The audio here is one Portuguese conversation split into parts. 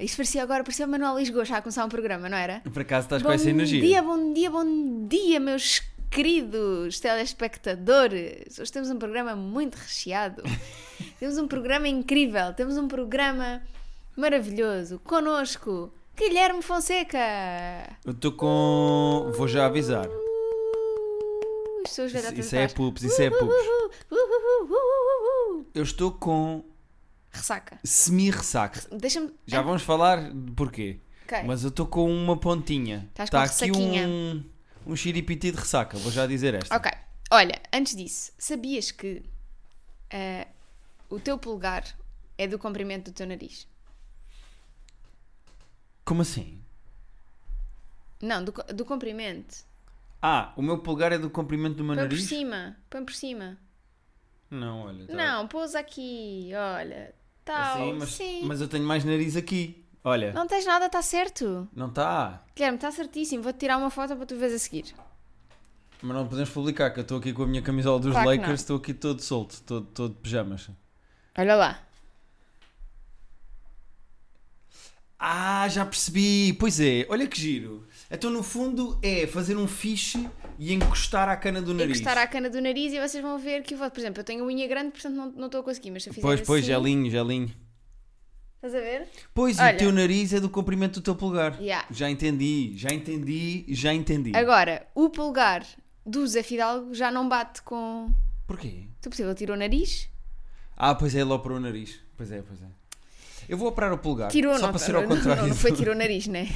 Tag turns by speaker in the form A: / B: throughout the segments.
A: Isto parecia agora, parecia o Manuel Lisgoa já a começar um programa, não era?
B: Por acaso estás
A: bom
B: com essa energia?
A: dia, bom dia, bom dia, meus queridos telespectadores. Hoje temos um programa muito recheado. temos um programa incrível, temos um programa maravilhoso. Conosco, Guilherme Fonseca.
B: Eu estou com. Vou já avisar.
A: Uh, isto hoje vai dar
B: Isso, isso
A: tanto
B: é
A: asco.
B: pups, isso é pups.
A: Uhuhu, uhuhu, uhuhu, uhuhu.
B: Eu estou com
A: Ressaca.
B: semi-ressaca.
A: Deixa-me.
B: Já vamos falar de porquê.
A: Ok.
B: Mas eu estou com uma pontinha.
A: Estás
B: Tá
A: com
B: aqui
A: ressaquinha.
B: um. Um xiripiti de ressaca, vou já dizer esta.
A: Ok. Olha, antes disso, sabias que eh, o teu polegar é do comprimento do teu nariz?
B: Como assim?
A: Não, do, co- do comprimento.
B: Ah, o meu polegar é do comprimento do meu
A: Põe por
B: nariz?
A: cima. Põe por cima.
B: Não, olha. tá-
A: Não, pousa aqui. Olha. Tal.
B: Assim, mas,
A: Sim.
B: mas eu tenho mais nariz aqui. Olha,
A: Não tens nada, está certo.
B: não tá. está.
A: Guilherme, está certíssimo. Vou-te tirar uma foto para tu vês a seguir.
B: Mas não podemos publicar, que eu estou aqui com a minha camisola dos
A: Claro que não.
B: Lakers, estou aqui todo solto, todo, todo de pijamas.
A: Olha lá.
B: Ah, já percebi. Pois é, olha que giro. Então, no fundo, é fazer um fiche e encostar à cana do nariz.
A: Encostar à cana do nariz e vocês vão ver que eu vou. Por exemplo, eu tenho a unha grande, portanto não, não estou a conseguir. Mas se eu fizer
B: Pois, pois, é
A: assim,
B: gelinho, gelinho.
A: Estás a ver?
B: Pois, e
A: Olha.
B: o teu nariz é do comprimento do teu polegar.
A: Yeah.
B: Já entendi, já entendi, já entendi.
A: Agora, o polegar do Zé Fidalgo já não bate com.
B: Porquê?
A: Tu possível, ele tirou o nariz?
B: Ah, pois é, ele operou o nariz. Pois é, pois é. Eu vou operar o polegar.
A: Tirou,
B: só
A: não,
B: para ser
A: não,
B: ao contrário.
A: Não, não foi tirou o nariz, né?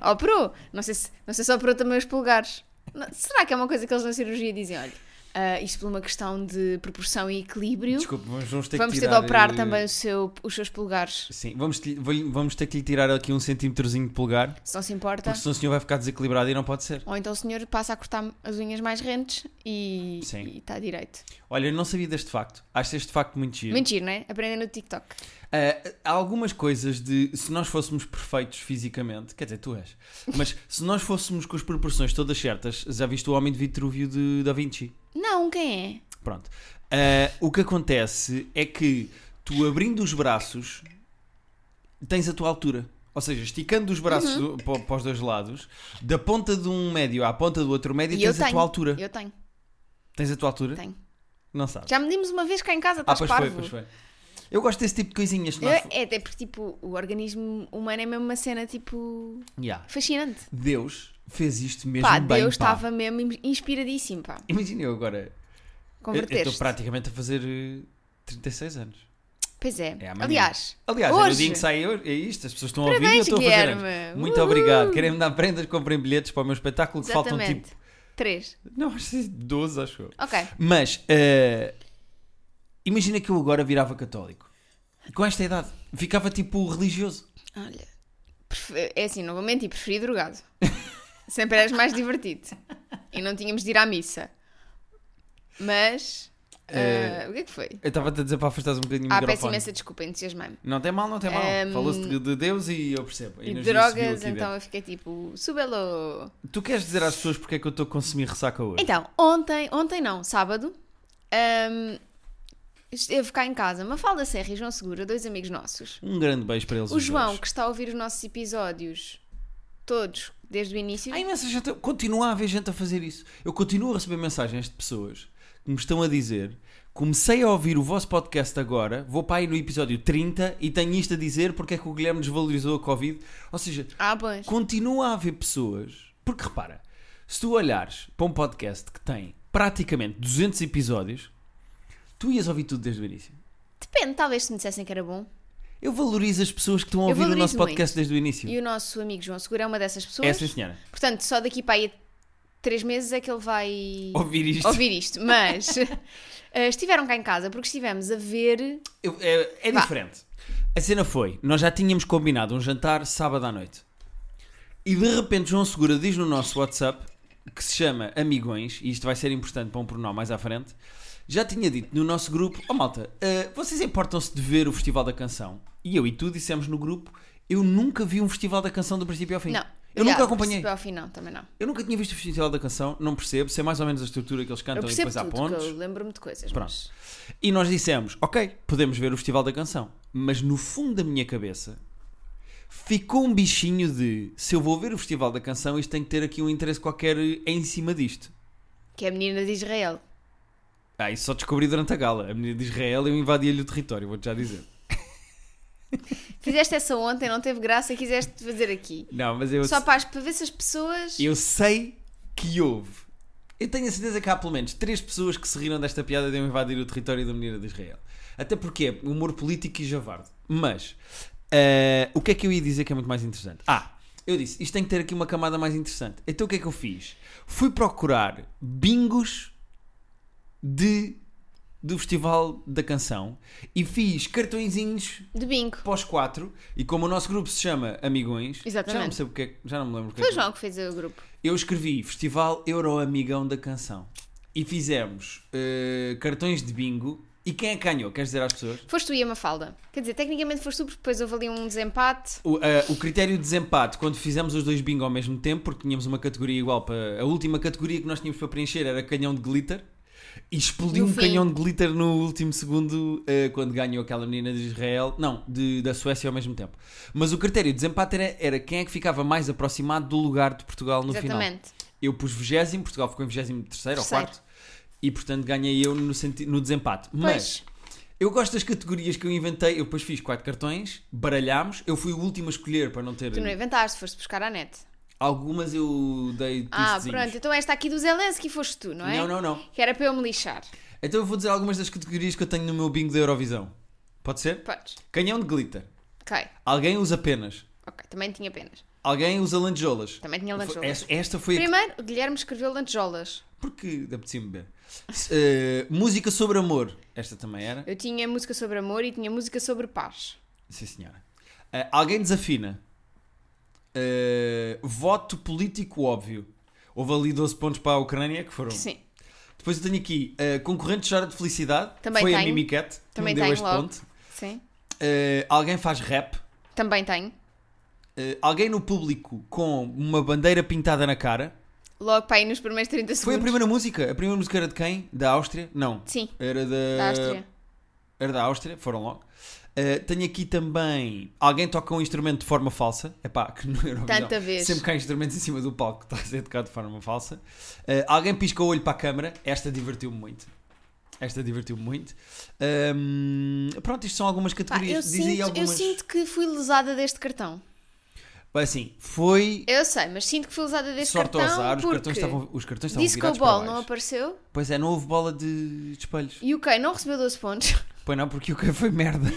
A: operou. Não sei, se, não sei se operou também os polegares. Não- será que é uma coisa que eles na cirurgia dizem? Olha, ah, isto por uma questão de proporção e equilíbrio,
B: Desculpa, mas vamos ter
A: vamos
B: que
A: ter
B: tirar...
A: de operar
B: eh,
A: também o seu- os seus polegares.
B: Sim, vamos, te- vou- vamos ter que lhe tirar aqui um centímetrozinho de polegar,
A: Se não se importa.
B: porque senão o senhor vai ficar desequilibrado e não pode ser.
A: Ou então o senhor passa a cortar as unhas mais rentes e
B: Sim.
A: e está direito.
B: Olha, eu não sabia deste facto. Acho este facto muito giro.
A: Mentir, né? Aprendem no TikTok.
B: Ah, há algumas coisas de se nós fôssemos perfeitos fisicamente, quer dizer, tu és, mas se nós fôssemos com as proporções todas certas, já viste o homem de Vitrúvio de Da Vinci?
A: Não, quem é?
B: Pronto. Ah, o que acontece é que tu abrindo os braços tens a tua altura. Ou seja, esticando os braços
A: Uhum.
B: do- pa- para os dois lados, da ponta de um médio à ponta do outro médio,
A: E eu
B: tens a
A: tenho.
B: tua altura.
A: Eu tenho,
B: Tens a tua altura?
A: tenho.
B: Não sabes.
A: Já medimos uma vez cá em casa,
B: ah,
A: estás
B: pois
A: parvo.
B: foi, pois foi. Eu gosto desse tipo de coisinhas. que Nós...
A: É, é até porque, tipo, o organismo humano é mesmo uma cena, tipo,
B: Yeah.
A: fascinante.
B: Deus fez isto mesmo
A: pá,
B: bem.
A: Deus
B: pá.
A: estava mesmo in- inspiradíssimo, pá.
B: Imagina eu agora. Eu eu estou
A: Converteste.
B: praticamente a fazer eh, 36 anos.
A: Pois é.
B: É amanhã.
A: Aliás,
B: Aliás, é no
A: hoje,
B: dia em que sai hoje, é isto, as pessoas estão a ouvir e eu
A: Parabéns,
B: estou a fazer anos.
A: Guilherme.
B: Muito
A: Uhul.
B: obrigado. Querem me dar prendas, comprem bilhetes para o meu espetáculo que faltam
A: exatamente.
B: tipo.
A: Três.
B: Não, acho que 12, acho eu.
A: Ok.
B: Mas eh, imagina que eu agora virava católico. Com esta idade, ficava tipo religioso.
A: Olha, pref- é assim, não vou mentir, preferi drogado. Sempre eras mais divertido. E não tínhamos de ir à missa. Mas,
B: É.
A: ah, o que é que foi?
B: Eu estava-te a dizer para afastares um bocadinho o
A: Ah, peço
B: microfone.
A: imensa desculpa, entusiasmei-me.
B: Não tem mal, não tem mal.
A: Ehm,
B: Falou-se de, de Deus e eu percebo. A
A: E
B: energia subiu
A: drogas,
B: aqui
A: então eu fiquei tipo, subelo.
B: dentro. Tu queres dizer às pessoas porque é que eu estou a consumir ressaca hoje?
A: Então, ontem, ontem não, sábado, hum, esteve cá em casa Mafalda Serra e João Segura, dois amigos nossos.
B: Um grande beijo para eles.
A: O
B: os
A: João,
B: dois.
A: que está a ouvir os nossos episódios todos, desde o início.
B: Há imensa gente. Continua a haver gente a fazer isso. Eu continuo a receber mensagens de pessoas que me estão a dizer: comecei a ouvir o vosso podcast agora, vou para aí no episódio 30 e tenho isto a dizer porque é que o Guilherme desvalorizou a Covid. Ou seja,
A: Ah, pois.
B: continua a haver pessoas. Porque repara, se tu olhares para um podcast que tem praticamente 200 episódios, tu ias ouvir tudo desde o início.
A: Depende, talvez se me dissessem que era bom.
B: Eu valorizo as pessoas que estão a
A: Eu
B: ouvir o
A: valorizo
B: nosso podcast desde o início.
A: E o nosso amigo João Segura é uma dessas pessoas.
B: É, sim, senhora.
A: Portanto, só daqui para aí a três meses é que ele vai
B: Ouvir isto.
A: ouvir isto. Mas eh, estiveram cá em casa porque estivemos a ver.
B: Eu- é é
A: Vá.
B: diferente. A cena foi: nós já tínhamos combinado um jantar sábado à noite. E de repente João Segura diz no nosso WhatsApp, que se chama Amigões, e isto vai ser importante para um pronome mais à frente, já tinha dito no nosso grupo: Ó malta, ah, vocês importam-se de ver o Festival da Canção? E eu e tu dissemos no grupo: Eu nunca vi um Festival da Canção do princípio ao fim.
A: Não.
B: Eu
A: Já,
B: nunca acompanhei. Então,
A: percebi Ao fim, não, também não.
B: Eu nunca tinha visto o Festival da Canção, não percebo, sei mais ou menos a estrutura que eles
A: Eu
B: cantam e
A: percebo
B: depois há
A: tudo,
B: pontos.
A: que eu lembro-me de coisas.
B: Pronto.
A: mas-
B: E nós dissemos, ok, podemos ver o Festival da Canção, mas no fundo da minha cabeça ficou um bichinho de se eu vou ver o Festival da Canção, isto tem que ter aqui um interesse qualquer em cima disto.
A: Que é a menina de Israel.
B: Ah, isso só descobri durante a gala. A menina de Israel, eu invadia-lhe o território, vou-te já dizer.
A: Fizeste essa ontem, não teve graça, quiseste fazer aqui.
B: Não, mas eu,
A: Só para, as- para ver se as pessoas.
B: eu sei que houve. Eu tenho a certeza que há pelo menos três pessoas que se riram desta piada de eu invadir o território da menina de Israel. Até porque é humor político e javardo. Mas, eh, o que é que eu ia dizer que é muito mais interessante? Ah, eu disse, isto tem que ter aqui uma camada mais interessante. Então o que é que eu fiz? Fui procurar bingos de, do Festival da Canção e fiz cartõezinhos
A: De bingo.
B: pós 4 e como o nosso grupo se chama Amigões, já não
A: Exatamente.
B: sei porque é que- já não me lembro o que é
A: Foi o
B: que-
A: João que fez o grupo.
B: Eu escrevi Festival Euroamigão da Canção e fizemos eh, cartões de bingo e quem é que ganhou? Queres dizer às pessoas?
A: Foste tu e a Mafalda. Quer dizer, tecnicamente foste tu, porque depois houve ali um desempate.
B: O, eh, o critério de desempate, quando fizemos os dois bingo ao mesmo tempo, porque tínhamos uma categoria igual para. A última categoria que nós tínhamos para preencher era canhão de glitter. E explodiu
A: No
B: um
A: fim.
B: canhão de glitter no último segundo eh, quando ganhou aquela menina de Israel. Não, de- da Suécia ao mesmo tempo. Mas o critério de desempate era, era quem é que ficava mais aproximado do lugar de Portugal no final.
A: Exatamente.
B: Eu pus 20, Portugal ficou em 23 ou
A: Terceiro.
B: 4 e portanto ganhei eu no, senti- no desempate. Mas
A: Pois.
B: eu gosto das categorias que eu inventei. Eu depois fiz 4 cartões, baralhámos. Eu fui o último a escolher para não ter.
A: Tu não é- inventaste, foste buscar à net.
B: Algumas eu dei
A: Ah,
B: twistzinhos.
A: pronto. Então esta aqui do Zelensky foste tu, não é?
B: Não, não, não.
A: Que era para eu me lixar.
B: Então eu vou dizer algumas das categorias que eu tenho no meu bingo da Eurovisão. Pode ser?
A: Podes.
B: Canhão de glitter.
A: Ok.
B: Alguém usa penas.
A: Ok. Também tinha penas.
B: Alguém usa lantejoulas.
A: Também tinha lantejoulas.
B: Esta- Esta foi a
A: Primeiro, o Guilherme escreveu lantejoulas.
B: Porque apetecia-me beber. Eh, música sobre amor. Esta também era.
A: Eu tinha música sobre amor e tinha música sobre paz.
B: Sim, senhora. Ah, alguém desafina. Ah, voto político óbvio. Houve ali 12 pontos para a Ucrânia, que foram.
A: Sim.
B: Depois eu tenho aqui ah, concorrente chora de felicidade.
A: Também
B: Foi a
A: tenho.
B: Mimicat que
A: Também
B: me deu
A: tenho
B: este
A: logo.
B: ponto.
A: Sim.
B: Ah, alguém faz rap.
A: Também tenho.
B: Ah, alguém no público com uma bandeira pintada na cara.
A: Logo para aí nos primeiros 30 segundos.
B: Foi a primeira música. A primeira música era de quem? Da Áustria? Não.
A: Sim.
B: Era da.
A: Da Áustria.
B: eh, Era da Áustria, foram logo. Uh, tenho aqui também. Alguém toca um instrumento de forma falsa. É pá, que não era
A: Tanta vez.
B: Sempre que há instrumentos em cima do palco, está a ser tocado de forma falsa. Uh, alguém pisca o olho para a câmara. Esta divertiu-me muito. Esta divertiu-me muito. Um, pronto, isto são algumas
A: Pá, eu,
B: categorias. Diz aí
A: sinto,
B: algumas.
A: eu sinto que fui lesada deste cartão.
B: Bem, assim, foi.
A: Eu sei, mas sinto que fui lesada deste
B: Sorte ao
A: cartão.
B: azar, os
A: porque
B: cartões estavam, os cartões estavam
A: Disco
B: virados
A: Ball
B: para
A: não
B: baixo.
A: apareceu
B: Pois é, não houve bola de, de espelhos.
A: e o Kay não recebeu 12 pontos.
B: Pois não, porque o que foi merda.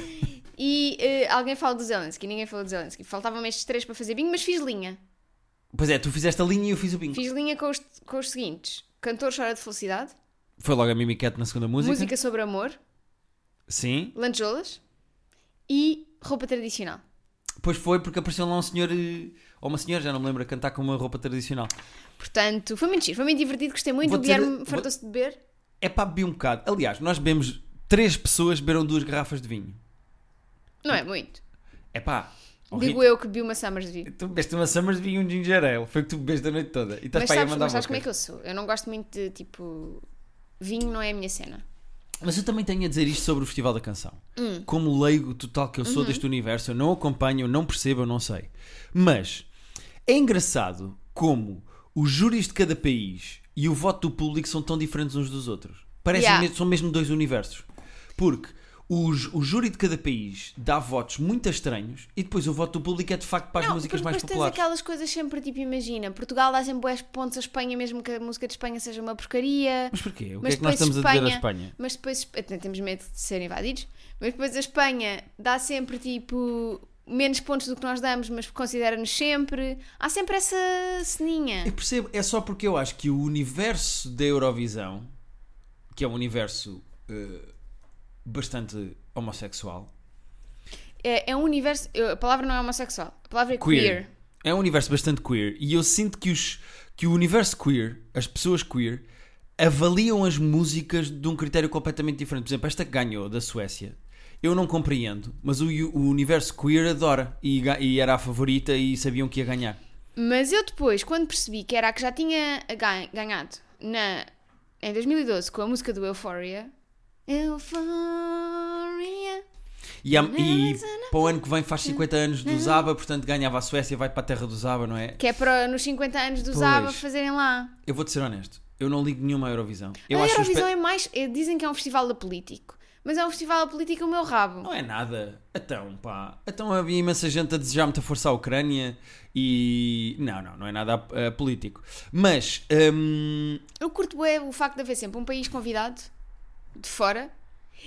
A: E eh, alguém fala do Zelensky, ninguém falou do Zelensky. Faltavam estes três para fazer bingo, mas fiz linha.
B: Pois é, tu fizeste a linha e eu fiz o bingo.
A: Fiz linha com os, com os seguintes: Cantor chora de felicidade,
B: Foi logo a Mimicat na segunda música.
A: música sobre amor,
B: Sim.
A: lantejoulas e roupa tradicional.
B: Pois foi porque apareceu lá um senhor eh, ou uma senhora, já não me lembro, a cantar com uma roupa tradicional.
A: Portanto, foi muito giro, foi muito divertido, gostei muito.
B: Vou
A: o
B: dizer-
A: Guilherme
B: vou-
A: fartou-se de beber.
B: É pá, bebi um bocado. Aliás, nós bebemos, três pessoas beberam duas garrafas de vinho.
A: Não é muito.
B: É pá, oh,
A: Digo
B: Rita,
A: eu que bebi uma Summers de vinho.
B: tu bebeste uma Summers de vinho e um ginger ale, foi o que tu bebeste a noite toda. E estás
A: Mas
B: para aí a
A: sabes,
B: mandar
A: mas sabes como é
B: bocas.
A: que eu sou? Eu não gosto muito de tipo. Vinho não é a minha cena.
B: Mas eu também tenho a dizer isto sobre o Festival da Canção.
A: Hum.
B: Como leigo total que eu
A: Uhum.
B: sou deste universo, eu não acompanho, eu não percebo, eu não sei. Mas é engraçado como os júris de cada país e o voto do público são tão diferentes uns dos outros. Parecem
A: Yeah.
B: mesmo, são mesmo dois universos. Porque os, o júri de cada país dá votos muito estranhos e depois o voto do público é de facto para as
A: não,
B: músicas
A: porque
B: mais
A: depois tens
B: populares.
A: aquelas coisas sempre tipo, imagina, Portugal dá sempre 10 pontos a Espanha, mesmo que a música de Espanha seja uma porcaria.
B: Mas porquê? O
A: Mas
B: que é que nós
A: depois
B: estamos a dizer à Espanha?
A: Mas depois, até temos medo de ser invadidos, mas depois a Espanha dá sempre tipo menos pontos do que nós damos, mas considera-nos sempre. Há sempre essa ceninha.
B: Eu percebo, é só porque eu acho que o universo da Eurovisão, que é um universo eh, bastante homossexual,
A: É, é um universo. eu- a palavra não é homossexual, a palavra é queer.
B: queer. é um universo bastante queer e eu sinto que, os, que o universo queer, as pessoas queer, avaliam as músicas de um critério completamente diferente. Por exemplo, esta que ganhou da Suécia. Eu não compreendo, mas o, o universo queer adora e, ga- e era a favorita e sabiam que ia ganhar.
A: Mas eu depois, quando percebi que era a que já tinha ga- ganhado na, em 2012 com a música do Euphoria. Euphoria.
B: E, há- e
A: né?
B: para o ano que vem faz 50 anos
A: Uhum.
B: do Zaba, portanto ganhava a Suécia e vai para a terra do Zaba, não é?
A: Que é para nos 50 anos do
B: Pois.
A: Zaba fazerem lá.
B: Eu vou-te ser honesto, eu não ligo nenhuma Eurovisão. Eu
A: a
B: acho
A: Eurovisão
B: suspe-
A: é mais. é- Dizem que é um festival da político. Mas é um festival da política o meu rabo.
B: Não é nada. Então, pá. Então havia imensa gente a desejar muita força à Ucrânia e. Não, não, não é nada ah, político. Mas. hum,
A: Eu curto é o facto de haver sempre um país convidado de fora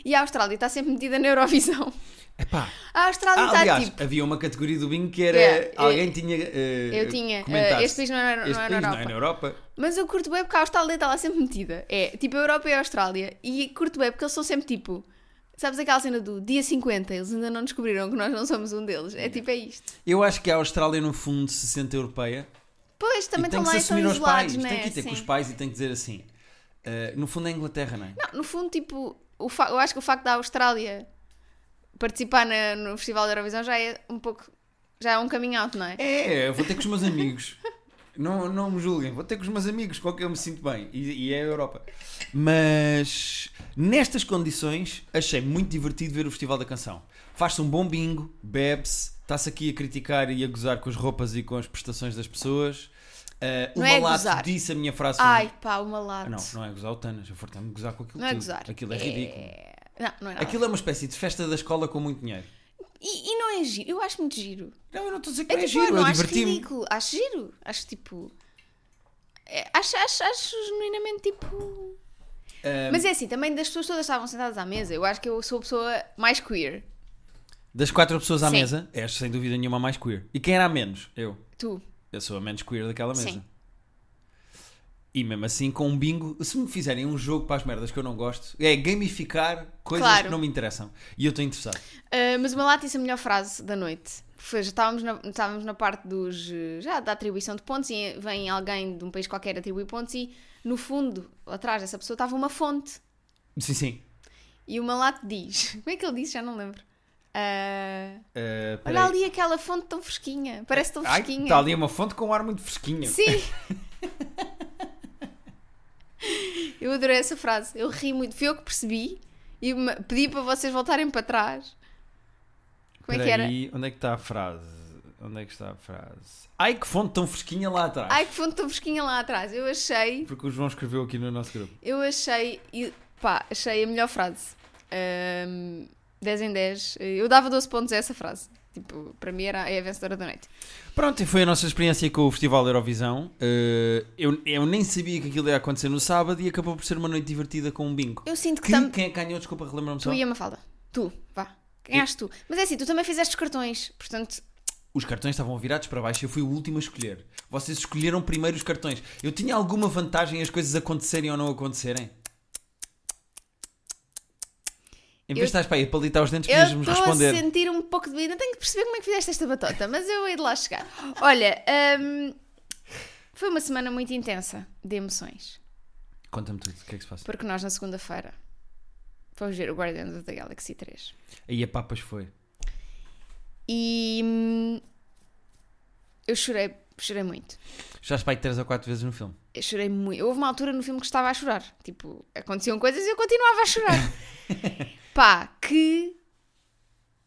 A: e a Austrália está sempre metida na Eurovisão.
B: epá.
A: A Austrália
B: Ah,
A: está
B: aliás,
A: tipo.
B: havia uma categoria do vinho que era.
A: É, eu-
B: alguém tinha. eh,
A: Eu tinha. eh,
B: comentado.
A: este país não é, na-
B: Este
A: não é
B: país
A: na
B: não é
A: Europa.
B: na Europa.
A: Mas eu curto bem porque a Austrália está lá sempre metida. É tipo a Europa e a Austrália. E curto bem porque eles são sempre tipo. Sabes aquela cena do dia 50? Eles ainda não descobriram que nós não somos um deles. É tipo, é isto.
B: Eu acho que a Austrália, no fundo, se sente europeia.
A: Pois, também
B: e tem
A: estão
B: que
A: lá
B: se
A: e estão
B: assumir aos
A: isolados,
B: pais.
A: não é?
B: Tem que ir ter com os
A: Sim.
B: pais e tem que dizer assim. eh, no fundo é a Inglaterra, não é?
A: Não, no fundo, tipo, o fa- eu acho que o facto da Austrália participar na- no Festival da Eurovisão já é um pouco. já é um caminho alto, não é?
B: É, eu vou ter com os meus amigos. Não, não me julguem, vou ter com os meus amigos, com quem eu me sinto bem. E, e é a Europa. Mas nestas condições, achei muito divertido ver o Festival da Canção. Faz-se um bom bingo, bebe-se, está-se aqui a criticar e a gozar com as roupas e com as prestações das pessoas. Ah, o
A: Não é
B: Malato
A: gozar.
B: disse a minha frase.
A: Ai, pá, o malato.
B: um Ah, Não, não é gozar o Tanas, eu fortei-me de gozar com aquilo.
A: Não é
B: tudo.
A: gozar.
B: Aquilo é, ridículo.
A: Não, não é nada.
B: Aquilo é uma espécie de festa da escola com muito dinheiro.
A: E, e não é giro. Eu acho muito giro.
B: Não, eu não estou a dizer que
A: É
B: não é
A: tipo,
B: giro,
A: ah, não
B: eu
A: acho
B: diverti-me.
A: ridículo. Acho giro. Acho tipo. é, acho, acho, acho genuinamente tipo.
B: Ah,
A: Mas é assim, também das pessoas todas estavam sentadas à mesa. Eu acho que eu sou a pessoa mais queer.
B: Das quatro pessoas à
A: Sim.
B: mesa, és sem dúvida nenhuma a mais queer. E quem era a menos? Eu.
A: Tu.
B: Eu sou a menos queer daquela mesa.
A: Sim.
B: E mesmo assim, com um bingo, se me fizerem um jogo para as merdas que eu não gosto, é gamificar coisas
A: Claro.
B: que não me interessam. E eu estou interessado.
A: Uh, mas o Malato disse a melhor frase da noite. Foi, já estávamos na, estávamos na parte dos. eh, já da atribuição de pontos e vem alguém de um país qualquer atribuir pontos e no fundo, atrás dessa pessoa, estava uma fonte.
B: Sim, sim.
A: E o Malato diz. Como é que ele disse? Já não lembro. Ah,
B: Ah, peraí.
A: olha ali aquela fonte tão fresquinha. Parece tão
B: Ai,
A: fresquinha.
B: está ali uma fonte com um ar muito fresquinho.
A: Sim! eu adorei essa frase. Eu ri muito. Foi eu que percebi e me- pedi para vocês voltarem para trás. Como é que era?
B: Peraí, onde é que está a frase? Onde é que está a frase? Ai, que fonte tão fresquinha lá atrás.
A: Ai, que fonte tão fresquinha lá atrás. Eu achei,
B: Porque o João escreveu aqui no nosso grupo.
A: eu achei, e- pá, achei a melhor frase. Ahm, 10 em 10. Eu dava 12 pontos a essa frase. Tipo, para mim era é a vencedora da noite.
B: Pronto, e foi a nossa experiência com o Festival da Eurovisão. Eh, eu, eu nem sabia que aquilo ia acontecer no sábado e acabou por ser uma noite divertida com um bingo.
A: Eu sinto que,
B: Que,
A: tam-
B: Quem é que ganhou? Desculpa, relembra-me só.
A: tu e a Mafalda. Tu, vá. Ganhaste tu. Mas é assim, tu também fizeste os cartões. Portanto,
B: Os cartões estavam virados para baixo e eu fui o último a escolher. Vocês escolheram primeiro os cartões. Eu tinha alguma vantagem em as coisas acontecerem ou não acontecerem? Em vez de
A: Eu-
B: estás para aí a palitar os dentes,
A: eu
B: podias-me
A: estou a
B: responder.
A: sentir um pouco de vida. Tenho que perceber como é que fizeste esta batota, mas eu hei de lá chegar. Olha, ahm, foi uma semana muito intensa de emoções.
B: Conta-me tudo, o que é que se passa?
A: Porque nós na segunda-feira vamos ver o Guardians of the Galaxy 3.
B: Aí a papas foi.
A: E hum, eu chorei, chorei muito.
B: Já espai três ou quatro vezes no filme.
A: Eu chorei muito. Houve uma altura no filme que estava a chorar. Tipo, aconteciam coisas e eu continuava a chorar. Pá, que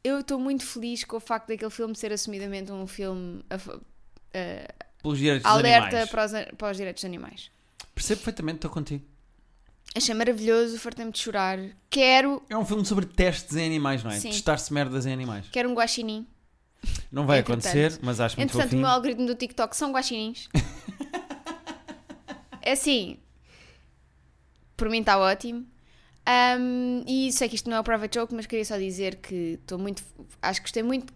A: eu estou muito feliz com o facto daquele filme ser assumidamente um filme a fa-
B: Pelos direitos dos
A: alerta
B: animais.
A: para os, para os direitos dos animais.
B: Percebo perfeitamente, estou contigo.
A: Achei maravilhoso, fartei-me de chorar. Quero,
B: É um filme sobre testes em animais, não é?
A: Sim.
B: Testar-se merdas em animais.
A: quero um guaxinim.
B: Não vai
A: Entretanto.
B: acontecer, mas acho muito
A: Entretanto, o
B: fofinho.
A: meu algoritmo do TikTok são guaxinins. é assim, por mim está ótimo. Ahm, e sei que isto não é o private joke, mas queria só dizer que estou muito. Acho que gostei muito.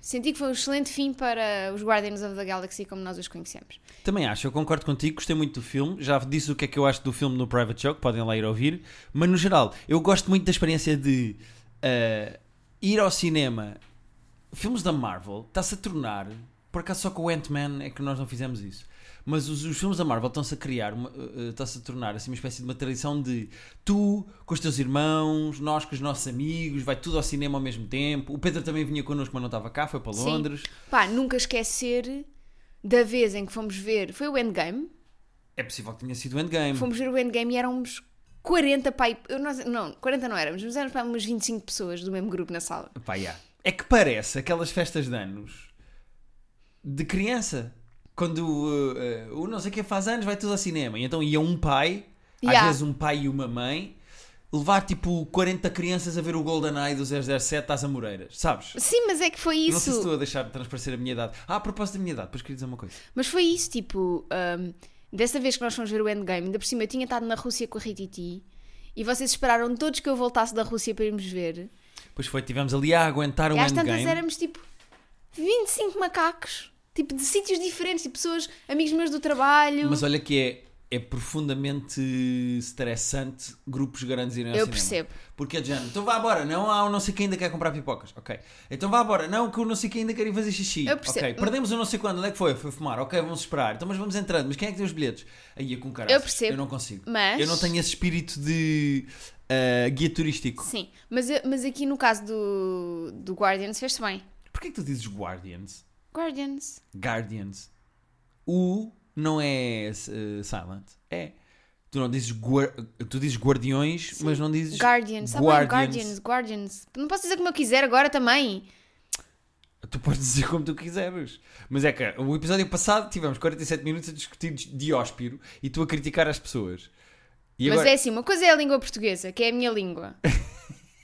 A: Senti que foi um excelente fim para os Guardians of the Galaxy como nós os conhecemos.
B: Também acho, eu concordo contigo, gostei muito do filme. Já disse o que é que eu acho do filme no Private Show, que podem lá ir ouvir. Mas no geral, eu gosto muito da experiência de ah, ir ao cinema. Filmes da Marvel está-se a tornar. Por acaso só com o Ant-Man é que nós não fizemos isso. Mas os, os filmes da Marvel estão-se a criar, uma- ah, ah, está-se a tornar assim uma espécie de uma tradição de tu com os teus irmãos, nós com os nossos amigos, vai tudo ao cinema ao mesmo tempo. O Pedro também vinha connosco, mas não estava cá, foi para
A: Sim.
B: Londres.
A: Pá, nunca esquecer da vez em que fomos ver. Foi o Endgame.
B: É possível que tenha sido o Endgame.
A: Fomos ver o Endgame e éramos 40 pai. eu não, não, 40 não éramos, mas éramos para umas 25 pessoas do mesmo grupo na sala.
B: Pá, yeah. É que parece aquelas festas de anos de criança. Quando uh, uh, o não sei quem faz anos vai tudo ao cinema. E então ia um pai, às
A: Yeah.
B: vezes um pai e uma mãe, levar tipo 40 crianças a ver o GoldenEye do 007 às Amoreiras, sabes?
A: Sim, mas é que foi
B: Não sei se
A: isso.
B: estou a deixar de transparecer a minha idade. Ah, a propósito da minha idade, depois queria dizer uma coisa.
A: Mas foi isso, tipo, hum, dessa vez que nós fomos ver o Endgame, ainda por cima eu tinha estado na Rússia com a Rititi e vocês esperaram todos que eu voltasse da Rússia para irmos ver.
B: Pois foi, tivemos ali a aguentar
A: e
B: um
A: às tantas
B: endgame.
A: éramos tipo 25 macacos, tipo de sítios diferentes, tipo pessoas, amigos meus do trabalho.
B: Mas olha que é, é profundamente stressante grupos grandes irem ao
A: Eu
B: cinema.
A: percebo.
B: Porque é de género, então vá embora, não há o não sei quem ainda quer comprar pipocas. Ok. Então vá embora, não que o não sei quem ainda quer ir fazer xixi.
A: Eu percebo.
B: Ok. Perdemos o não sei quando, onde é que foi? Foi fumar. Ok, vamos esperar. Então mas vamos entrando. Mas quem é que deu os bilhetes? Aí é com cara.
A: Eu percebo.
B: Eu não consigo.
A: Mas-
B: Eu não tenho esse espírito de ah, guia turístico.
A: Sim, mas, eu- mas aqui no caso do, do Guardians fez-se bem.
B: Porquê que tu dizes Guardians?
A: Guardians.
B: Guardians. O não é eh, silent. É. Tu não dizes, guar- tu dizes guardiões, mas não dizes.
A: Guardians, tá bem,
B: Guardians.
A: Guardians, Guardians. Não posso dizer como eu quiser agora também.
B: Tu podes dizer como tu quiseres. Mas é que o episódio passado tivemos 47 minutos a discutir Dióspiro e tu a criticar as pessoas. E
A: Mas
B: agora...
A: é assim, uma coisa é a língua portuguesa, que é a minha língua.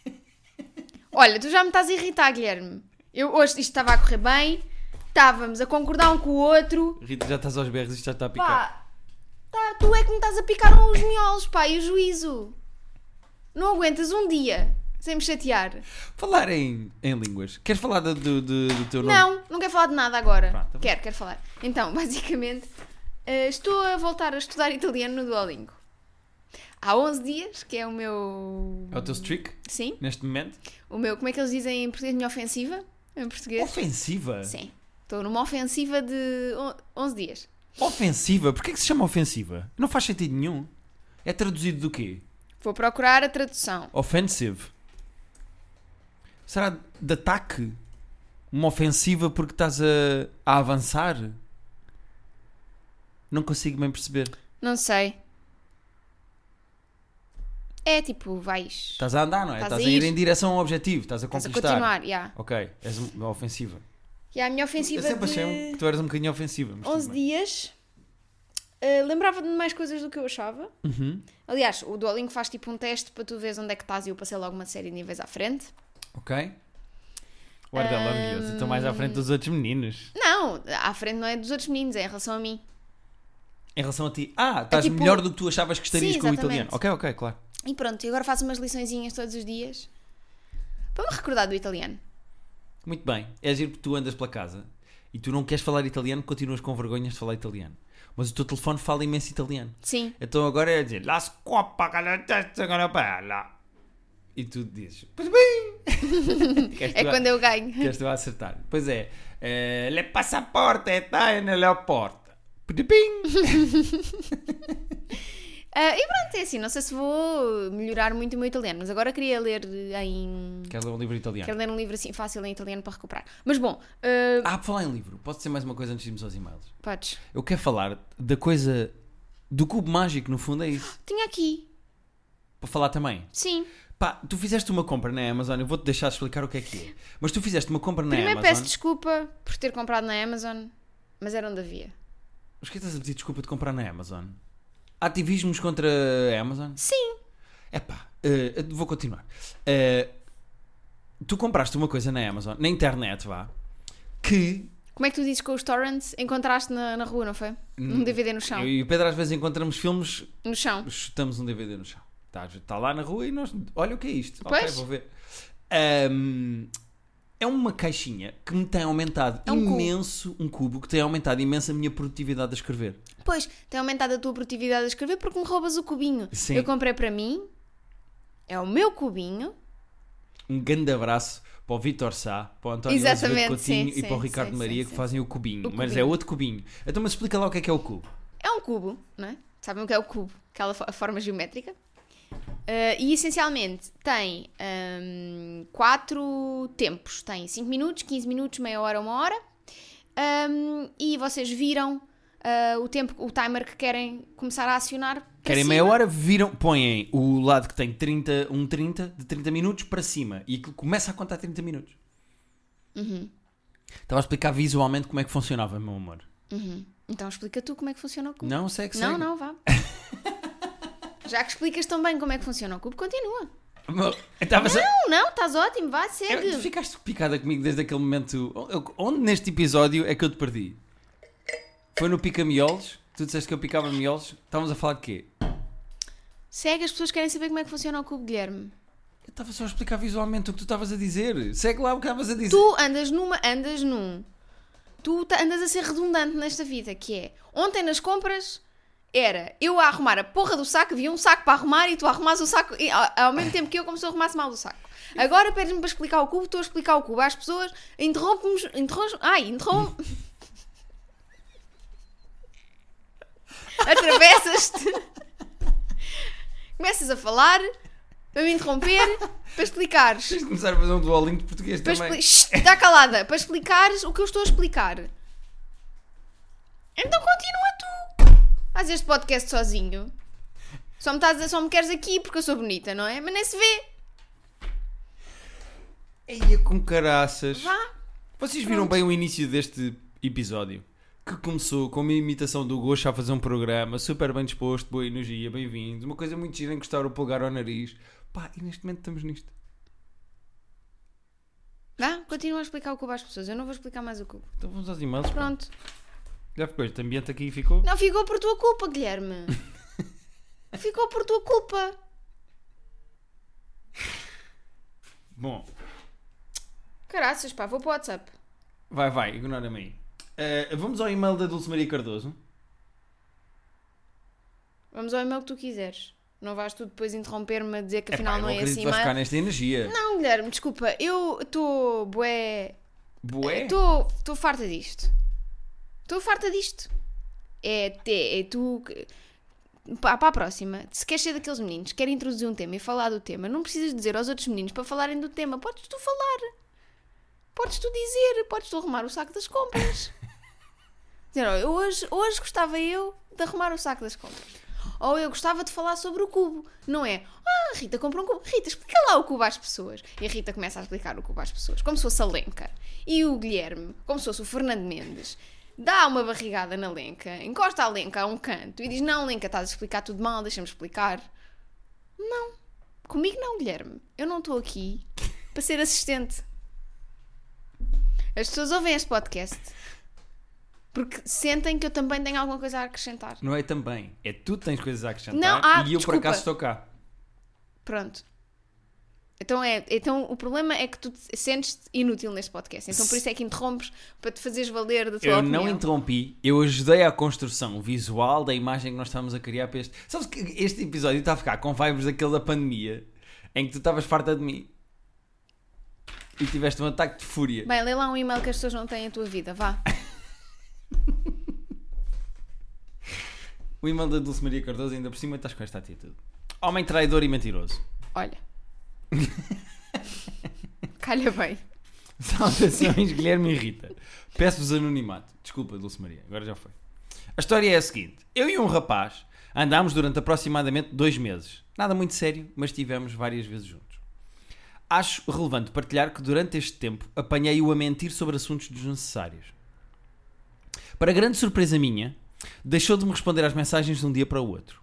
A: Olha, tu já me estás a irritar, Guilherme. Eu hoje isto estava a correr bem, estávamos a concordar um com o outro.
B: Rita, já estás aos berros, isto já está a picar.
A: Pá, tá, tu é que me estás a picar os miolos, pá, e o juízo. Não aguentas um dia sem me chatear.
B: Falar em, em línguas. Queres falar do, do, do- do teu nome?
A: Não, não quero falar de nada agora.
B: Pronto, tá bom.
A: quero, quero falar. Então, basicamente, eh, estou a voltar a estudar italiano no Duolingo. Há 11 dias, que é o meu.
B: É o teu streak,
A: Sim,
B: neste momento?
A: o meu. Como é que eles dizem em português? Minha ofensiva? Em português?
B: Ofensiva?
A: Sim. Estou numa ofensiva de on- 11 dias.
B: Ofensiva? Porquê que se chama ofensiva? Não faz sentido nenhum. É traduzido do quê?
A: Vou procurar a tradução.
B: Offensive. Será de ataque? Uma ofensiva porque estás a, a avançar? Não consigo bem perceber.
A: Não sei. É tipo, vais.
B: Estás a andar, não é?
A: Estás a
B: Estás a ir
A: ir.
B: em direção ao objetivo, estás a
A: Estás a
B: conquistar.
A: continuar, já.
B: Ok, és um- uma ofensiva.
A: E há a minha
B: Eu
A: ofensiva
B: sempre achei
A: de-
B: um- que tu eras um bocadinho ofensiva. Mas
A: 11
B: 11 dias.
A: dias. Uh, Lembrava-me de mais coisas do que eu achava.
B: Uhum.
A: Aliás, o Duolingo faz tipo um teste para tu veres onde é que estás e eu passei logo uma série de níveis à frente.
B: Ok. Guarda, é maravilhoso. Estou mais à frente dos outros meninos.
A: Não, à frente não é dos outros meninos, é em relação a mim.
B: Em relação a ti. Ah, estás
A: tipo-
B: melhor do que tu achavas que estarias
A: Sim,
B: com o
A: exatamente.
B: italiano. Ok, ok, claro.
A: E pronto, e agora faço umas liçõezinhas todos os dias para me recordar do italiano.
B: Muito bem. É giro que tu andas pela casa e tu não queres falar italiano, continuas com vergonhas de falar italiano. Mas o teu telefone fala imenso italiano.
A: Sim.
B: Então agora é dizer La scopa che la testa che la bella." E tu dizes Pois bem Queres
A: É
B: tu a-
A: quando eu ganho.
B: Queres tu a acertar Pois é eh, Le passaporte está nella porta Pois bem.
A: Ah, e pronto, é assim, não sei se vou melhorar muito o meu italiano, mas agora queria ler em.
B: Queres ler um livro italiano?
A: Quero ler um livro assim fácil em italiano para recuperar. Mas bom, ah,
B: Ah, por falar em livro Posso dizer mais uma coisa antes de irmos aos e-mails
A: podes.
B: Eu quero falar da coisa Do cubo mágico, no fundo é isso
A: Tinha aqui,
B: Para falar também
A: sim.
B: Pá, tu fizeste uma compra na Amazon, eu vou-te deixar explicar o que é que é. Mas tu fizeste uma compra na
A: Primeiro
B: Amazon.
A: peço desculpa por ter comprado na Amazon, mas era onde havia.
B: Mas que estás a pedir desculpa de comprar na Amazon? Ativismos contra a Amazon?
A: Sim.
B: Epá, eh, eu vou continuar. Eh, tu compraste uma coisa na Amazon, na internet, vá, que
A: Como é que tu dizes com os torrents? Encontraste na, na rua, não foi? Um DVD no chão.
B: Hum, eu e o Pedro às vezes encontramos filmes,
A: No chão.
B: chutamos um DVD no chão. Está lá na rua e nós, olha o que é isto. Ok,
A: Pois.
B: vou ver. Ahm, é uma caixinha que me tem aumentado
A: É um cubo.
B: imenso, um cubo que tem aumentado imenso a minha produtividade a escrever.
A: Pois, tem aumentado a tua produtividade a escrever porque me roubas o cubinho.
B: Sim.
A: Eu comprei para mim, é o meu cubinho.
B: Um grande abraço para o Vitor Sá, para o António
A: Exatamente,
B: Azevedo Coutinho
A: sim,
B: e para o
A: sim,
B: Ricardo
A: sim,
B: Maria
A: sim,
B: que fazem o cubinho.
A: O
B: Mas é
A: cubinho.
B: outro cubinho. Então, mas explica lá o que é que é o cubo.
A: É um cubo, não é? Sabem o que é o cubo? Aquela fo- a forma geométrica. Ah, e essencialmente tem ahm, quatro tempos: tem 5 minutos, 15 minutos, meia hora, uma hora. Ahm, e Hum, vocês viram ah, o tempo, o timer que querem começar a acionar. para
B: Querem
A: cima.
B: meia hora, viram, põem o lado que tem 30, um 30, de 30 minutos para cima e aquilo começa a contar 30 minutos. Estava a explicar visualmente como é que funcionava, meu amor.
A: Uhum. Então explica tu como é que funciona o cubo.
B: Não, segue, segue.
A: Não, não, vá. Já que explicas tão bem como é que funciona o cubo, continua.
B: Meu, eu Estava só-
A: Não, não, estás ótimo, vá,
B: Eu-
A: segue.
B: tu ficaste picada comigo desde aquele momento. Eu- Onde neste episódio é que eu te perdi? Foi no Pica Miolos? Tu disseste que eu picava miolos? Estávamos a falar de quê?
A: Segue, as pessoas querem saber como é que funciona o cubo, Guilherme.
B: Eu estava só a explicar visualmente o que tu estavas a dizer. Segue lá o que estavas a dizer.
A: Tu andas numa, andas num. Tu ta- andas a ser redundante nesta vida, que é ontem nas compras era eu a arrumar a porra do saco, vi um saco para arrumar e tu arrumas o saco e ao, ao mesmo tempo que eu como se eu arrumasse mal o saco. Agora pedes-me para explicar o cubo, estou a explicar o cubo às pessoas, interrompo-me. Interrompo, ai, interrompo. Atravessas-te, começas a falar, a me interromper, para explicares.
B: Tens de começar a fazer um duolinho de português
A: Para
B: também.
A: expli- Shhh, está calada. Para explicares o que eu estou a explicar. Então continua tu. Faz este podcast sozinho. Só me, estás a- só me queres aqui porque eu sou bonita, não é? Mas nem se vê.
B: Eia com caraças.
A: Vá.
B: Vocês viram bem o início deste episódio? Que começou com uma imitação do Gosto a fazer um programa, super bem disposto, boa energia, bem-vindo, uma coisa muito gira, encostar o polegar ao nariz. Pá, e neste momento estamos nisto.
A: Vá, continua a explicar o cubo às pessoas. Eu não vou explicar mais o cubo.
B: Então vamos aos e-mails. pá.
A: Pronto.
B: Já ficou este ambiente aqui e ficou?
A: Não ficou por tua culpa, Guilherme. ficou por tua culpa.
B: Bom,
A: Caraças, pá, vou para o WhatsApp.
B: vai, vai, ignora-me aí. Eh, vamos ao e-mail da Dulce Maria Cardoso.
A: Vamos ao e-mail que tu quiseres. Não vais tu depois interromper-me a dizer que afinal
B: Epá, eu
A: não é
B: acredito
A: assim,
B: que vai ficar
A: mas...
B: nesta energia.
A: Não, Guilherme, desculpa. Eu estou bué é
B: Bué?
A: Estou farta disto. Estou farta disto. É, te, é tu. que- Pá, para a próxima, se queres ser daqueles meninos que querem introduzir um tema e falar do tema, não precisas dizer aos outros meninos para falarem do tema. Podes tu falar. Podes tu dizer. Podes tu arrumar o saco das compras. dizer, olha, hoje, hoje gostava eu de arrumar o saco das compras. Ou eu gostava de falar sobre o cubo. Não é, ah, a Rita compra um cubo. Rita, explica lá o cubo às pessoas. E a Rita começa a explicar o cubo às pessoas, como se fosse a Lenca. E o Guilherme, como se fosse o Fernando Mendes, dá uma barrigada na Lenca, encosta a Lenca a um canto e diz, não, Lenca, estás a explicar tudo mal, deixa-me explicar. Não. Comigo não, Guilherme. Eu não estou aqui para ser assistente. As pessoas ouvem este podcast porque sentem que eu também tenho alguma coisa a acrescentar.
B: Não é também. É tu que tens coisas a acrescentar
A: Não, ah,
B: e eu por
A: desculpa.
B: acaso estou cá.
A: Pronto. Então, é, então o problema é que tu te sentes inútil neste podcast. Então por isso é que interrompes para te fazeres valer da tua
B: Eu
A: opinião.
B: não interrompi, eu ajudei à construção visual da imagem que nós estávamos a criar para este. Sabes que este episódio está a ficar com vibes daquele da pandemia em que tu estavas farta de mim e tiveste um ataque de fúria.
A: Bem, lê lá um e-mail que as pessoas não têm a tua vida, vá.
B: O e-mail da Dulce Maria Cardoso, ainda por cima, estás com esta atitude: Homem traidor e mentiroso.
A: Olha. Calha bem.
B: Saudações, Guilherme e Rita. Peço-vos anonimato. Desculpa, Dulce Maria, agora já foi. A história é a seguinte: eu e um rapaz andámos durante aproximadamente dois meses. Nada muito sério, mas estivemos várias vezes juntos. Acho relevante partilhar que durante este tempo apanhei-o a mentir sobre assuntos desnecessários. Para grande surpresa minha, deixou de me responder às mensagens de um dia para o outro.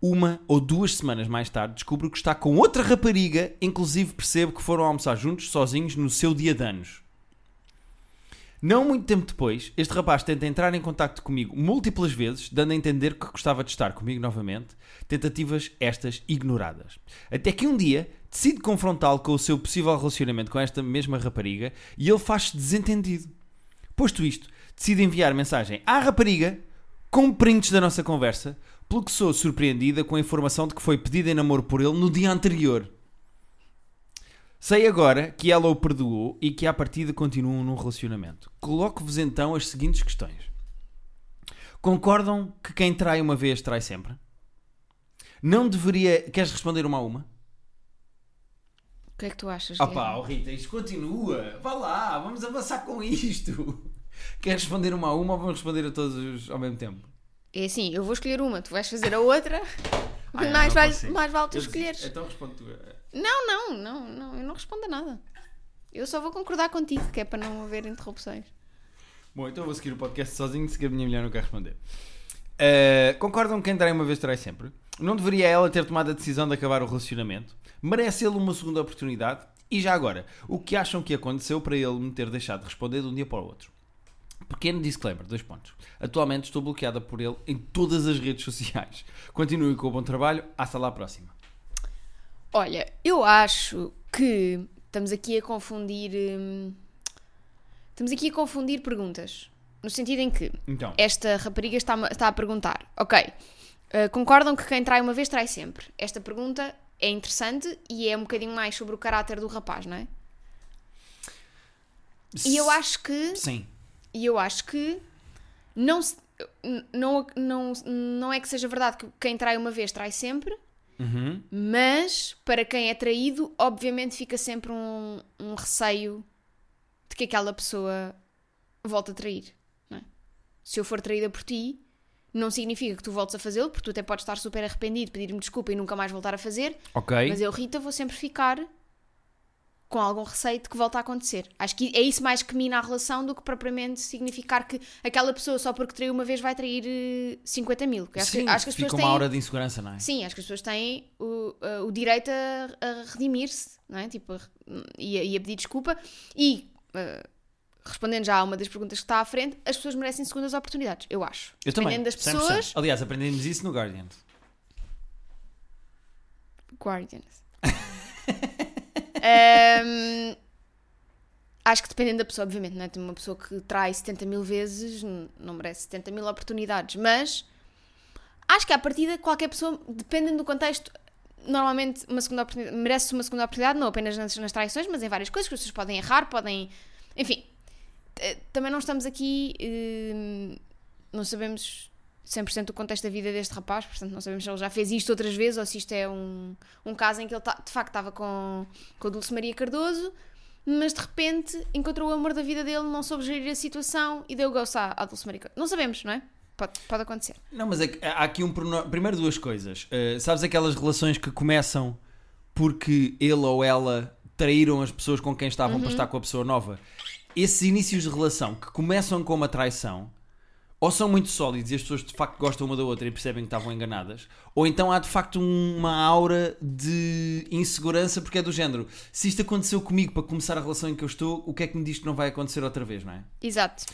B: Uma ou duas semanas mais tarde, descubro que está com outra rapariga, inclusive percebo que foram almoçar juntos, sozinhos, no seu dia de anos. Não muito tempo depois, este rapaz tenta entrar em contacto comigo múltiplas vezes, dando a entender que gostava de estar comigo novamente, tentativas estas ignoradas. Até que um dia decido confrontá-lo com o seu possível relacionamento com esta mesma rapariga e ele faz-se desentendido. Posto isto, decido enviar mensagem à rapariga com prints da nossa conversa, pelo que sou surpreendida com a informação de que foi pedida em namoro por ele no dia anterior. Sei agora que ela o perdoou e que à partida continuam num relacionamento. Coloco-vos então as seguintes questões. Concordam que quem trai uma vez trai sempre? Não deveria. Queres responder uma a uma?
A: O que é que tu achas?
B: Ah
A: Guilherme?
B: pá, oh Rita, isto continua. Vá lá, vamos avançar com isto. Quer responder uma a uma ou vamos responder a todos os- ao mesmo tempo?
A: É assim, eu vou escolher uma, tu vais fazer a outra,
B: Ai,
A: mais,
B: não
A: vale,
B: consigo.
A: mais vale tu
B: Eu desisto.
A: escolheres.
B: Então responde tu.
A: Não, não, não, não, eu não respondo a nada. Eu só vou concordar contigo, que é para não haver interrupções.
B: Bom, então eu vou seguir o podcast sozinho se que a minha mulher não quer responder. Uh, concordam que quem trai uma vez trai sempre? Não deveria ela ter tomado a decisão de acabar o relacionamento? Merece ele uma segunda oportunidade? E já agora, o que acham que aconteceu para ele me ter deixado de responder de um dia para o outro? Pequeno disclaimer, dois pontos. Atualmente estou bloqueada por ele em todas as redes sociais. Continuem com o bom trabalho, hasta lá à próxima.
A: Olha, eu acho que estamos aqui a confundir. hum, estamos aqui a confundir perguntas. No sentido em que
B: Então,
A: esta rapariga está, está a perguntar: Ok, eh, concordam que quem trai uma vez trai sempre? Esta pergunta é interessante e é um bocadinho mais sobre o caráter do rapaz, não é? E eu acho que.
B: Sim.
A: E eu acho que não, se- n- não, não, não é que seja verdade que quem trai uma vez trai sempre,
B: Uhum.
A: mas para quem é traído, obviamente fica sempre um, um receio de que aquela pessoa volte a trair. não é? Se eu for traída por ti, não significa que tu voltes a fazê-lo, porque tu até podes estar super arrependido, pedir-me desculpa e nunca mais voltar a fazer,
B: Ok.
A: mas eu, Rita, vou sempre ficar com algum receio de que volte a acontecer. Acho que é isso mais que mina a relação do que propriamente significar que aquela pessoa só porque traiu uma vez vai trair eh, 50 mil. Acho,
B: Sim,
A: que, acho que as
B: fica
A: pessoas
B: uma
A: têm.
B: aura de insegurança, não é?
A: Sim, acho que as pessoas têm o, eh, o direito a, a redimir-se, não é? Tipo, a re- e, a, e a pedir desculpa. E, eh, respondendo já a uma das perguntas que está à frente, as pessoas merecem segundas oportunidades, eu acho.
B: Eu também.
A: Dependendo das
B: 100%.
A: pessoas.
B: Aliás, aprendemos isso no Guardian.
A: Guardians. Ahm, acho que dependendo da pessoa, obviamente, não é? Tem uma pessoa que trai 70 mil vezes, n- não merece 70 mil oportunidades, mas acho que à partida qualquer pessoa, dependendo do contexto, normalmente uma segunda oportunidade, merece uma segunda oportunidade, não apenas nas, nas traições, mas em várias coisas, que as pessoas podem errar, podem. Enfim, eh, também não estamos aqui. hum, não sabemos 100% do contexto da vida deste rapaz, portanto não sabemos se ele já fez isto outras vezes ou se isto é um, um caso em que ele tá- de facto estava com, com a Dulce Maria Cardoso, mas de repente encontrou o amor da vida dele, não soube gerir a situação e deu gosto à, à Dulce Maria Cardoso. Não sabemos, não é? Pode, pode acontecer.
B: Não, mas é que há aqui um pormenor- Primeiro, duas coisas. Uh, sabes aquelas relações que começam porque ele ou ela traíram as pessoas com quem estavam para estar com a pessoa nova? Esses inícios de relação que começam com uma traição ou são muito sólidos e as pessoas de facto gostam uma da outra e percebem que estavam enganadas, ou então há de facto um- uma aura de insegurança porque é do género: se isto aconteceu comigo para começar a relação em que eu estou, o que é que me diz que não vai acontecer outra vez, não é?
A: Exato.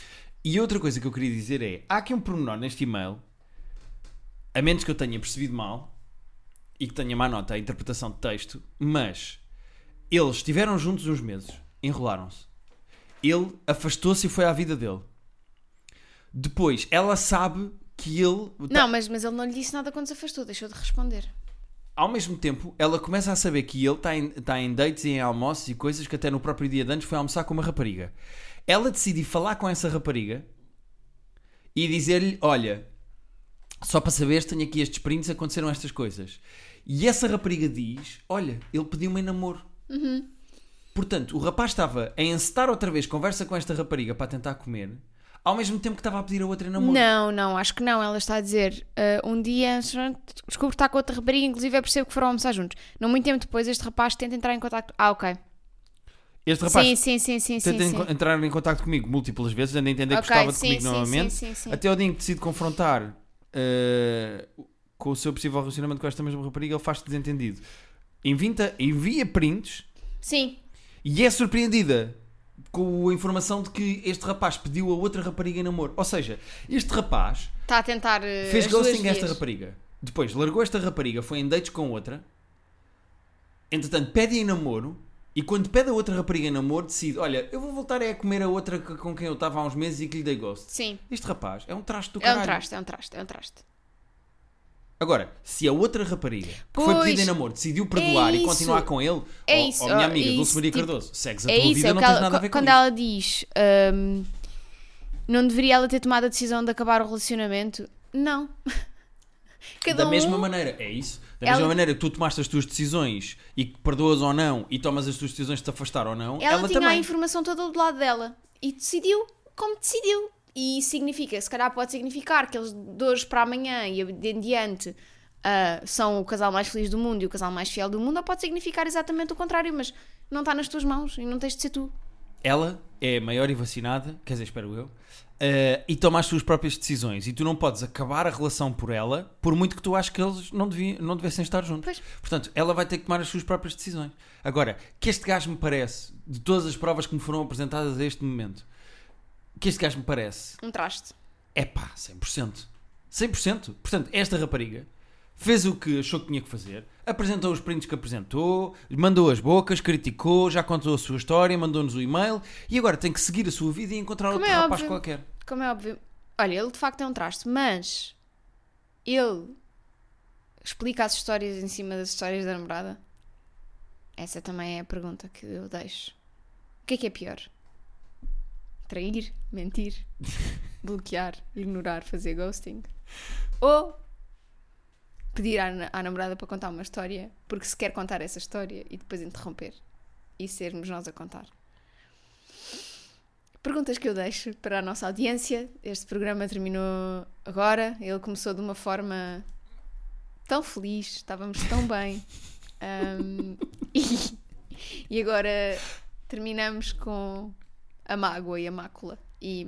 B: E outra coisa que eu queria dizer é: há aqui um pormenor neste e-mail, a menos que eu tenha percebido mal e que tenha má nota a interpretação de texto, mas eles estiveram juntos uns meses, enrolaram-se. Ele afastou-se e foi à vida dele. Depois, ela sabe que ele.
A: Não, mas, mas ele não lhe disse nada quando se afastou, deixou de responder.
B: Ao mesmo tempo, ela começa a saber que ele está em, tá em dates e em almoços e coisas que até no próprio dia de antes foi almoçar com uma rapariga. Ela decide falar com essa rapariga e dizer-lhe: Olha, só para saberes, tenho aqui estes prints, aconteceram estas coisas. E essa rapariga diz: Olha, ele pediu-me em namoro.
A: Uhum.
B: Portanto, o rapaz estava a encetar outra vez conversa com esta rapariga para tentar comer, ao mesmo tempo que estava a pedir a outra em namoro.
A: Não, não, acho que não. Ela está a dizer ah, um dia descubro que está com outra rapariga, inclusive eu percebo que foram almoçar juntos. Não muito tempo depois, este rapaz tenta entrar em contato. Ah, ok.
B: Este rapaz
A: sim, sim, sim, sim, sim.
B: Tentei
A: sim.
B: entrar em contato comigo múltiplas vezes, ainda entender
A: Ok,
B: que gostava de
A: sim,
B: comigo
A: sim,
B: novamente.
A: sim, sim, sim.
B: Até ao dia em que decide confrontar eh, com o seu possível relacionamento com esta mesma rapariga, ele faz-te desentendido. Invita, envia prints
A: Sim,
B: e é surpreendida com a informação de que este rapaz pediu a outra rapariga em namoro. Ou seja, este rapaz
A: está a tentar. eh,
B: fez
A: as duas
B: ghosting a esta
A: vias.
B: rapariga. Depois largou esta rapariga, foi em dates com outra. Entretanto, pede em namoro. E quando pede a outra rapariga em namoro, decide: Olha, eu vou voltar é a comer a outra que- com quem eu estava há uns meses e que lhe dei gosto.
A: Sim,
B: Este rapaz é um traste do
A: é
B: caralho.
A: um traste, é um traste, é um traste.
B: Agora, se a outra rapariga que
A: Pois. é
B: foi pedida em namoro decidiu perdoar e
A: isso.
B: continuar com ele,
A: É
B: ó- ó,
A: isso,
B: minha
A: ó,
B: amiga
A: é
B: Dulce
A: isso,
B: Maria
A: tipo,
B: Cardoso, segues a
A: É
B: tua
A: isso,
B: vida,
A: é o
B: não
A: que
B: tens
A: ela-
B: nada a ver com
A: quando
B: isso.
A: ela diz hum, não deveria ela ter tomado a decisão de acabar o relacionamento? Não. Cada
B: da
A: um.
B: mesma maneira, é isso. Da
A: Ela-
B: mesma maneira que tu tomaste as tuas decisões e que perdoas ou não e tomas as tuas decisões de te afastar ou não,
A: ela, tinha
B: também.
A: a informação toda do lado dela e decidiu como decidiu. E significa, se calhar pode significar que eles de hoje para amanhã e de em diante ah, são o casal mais feliz do mundo e o casal mais fiel do mundo, ou pode significar exatamente o contrário, mas não está nas tuas mãos e não tens de ser tu.
B: Ela é maior e vacinada, quer dizer, espero eu, eh, e toma as suas próprias decisões. E tu não podes acabar a relação por ela, por muito que tu aches que eles não, deviam, não devessem estar juntos.
A: Pois.
B: Portanto, ela vai ter que tomar as suas próprias decisões. Agora, que este gajo me parece, de todas as provas que me foram apresentadas a este momento, que este gajo me parece,
A: Um traste.
B: é pá, 100%. 100%. Portanto, esta rapariga fez o que achou que tinha que fazer, apresentou os prints que apresentou, mandou as bocas, criticou, já contou a sua história, mandou-nos o e-mail e agora tem que seguir a sua vida e encontrar
A: Como
B: outro
A: é
B: rapaz
A: óbvio.
B: qualquer.
A: Como é óbvio. Olha, ele de facto é um traste, mas ele explica as histórias em cima das histórias da namorada? Essa também é a pergunta que eu deixo. O que é que é pior? Trair, mentir, bloquear, ignorar, fazer ghosting? Ou pedir à, na- à namorada para contar uma história porque se quer contar essa história e depois interromper e sermos nós a contar? Perguntas que eu deixo para a nossa audiência. Este programa terminou agora. Ele começou de uma forma tão feliz, estávamos tão bem. Ahm, e, e agora terminamos com a mágoa e a mácula. E,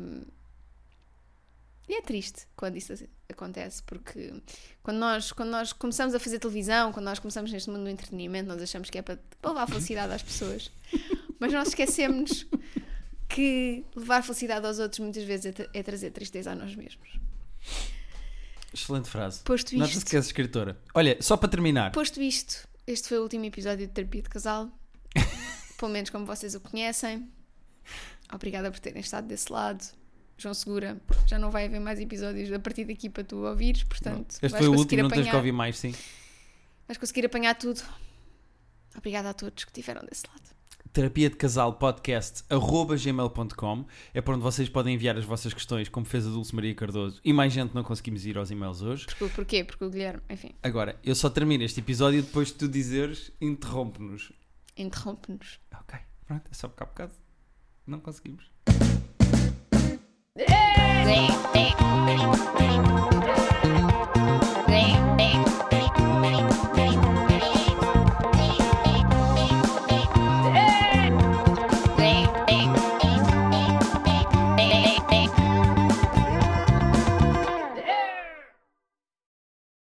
A: e é triste quando isso acontece, porque quando nós, quando nós começamos a fazer televisão, quando nós começamos neste mundo do entretenimento, nós achamos que é para para levar felicidade às pessoas. Mas nós esquecemos que levar felicidade aos outros muitas vezes é, tra- é trazer tristeza a nós mesmos.
B: Excelente frase.
A: Posto
B: Nota-se
A: isto,
B: que és escritora. Olha, só para terminar,
A: posto isto, este foi o último episódio de Terapia de Casal, pelo menos como vocês o conhecem. Obrigada por terem estado desse lado. João Segura, já não vai haver mais episódios a partir daqui para tu ouvires, portanto,
B: este
A: vais
B: foi o
A: conseguir
B: último, não tens
A: apanhar,
B: que ouvir mais, sim.
A: vais conseguir apanhar tudo. Obrigada a todos que estiveram desse lado.
B: terapia de casal podcast arroba gmail.com é para onde vocês podem enviar as vossas questões como fez a Dulce Maria Cardoso e mais gente não conseguimos ir aos e-mails hoje
A: Porque, porquê? Porque o Guilherme, enfim,
B: agora eu só termino este episódio depois de tu dizeres interrompe-nos
A: interrompe-nos.
B: ok pronto é só porque há bocado não conseguimos
C: Bleh, bleh, bleh, bleh.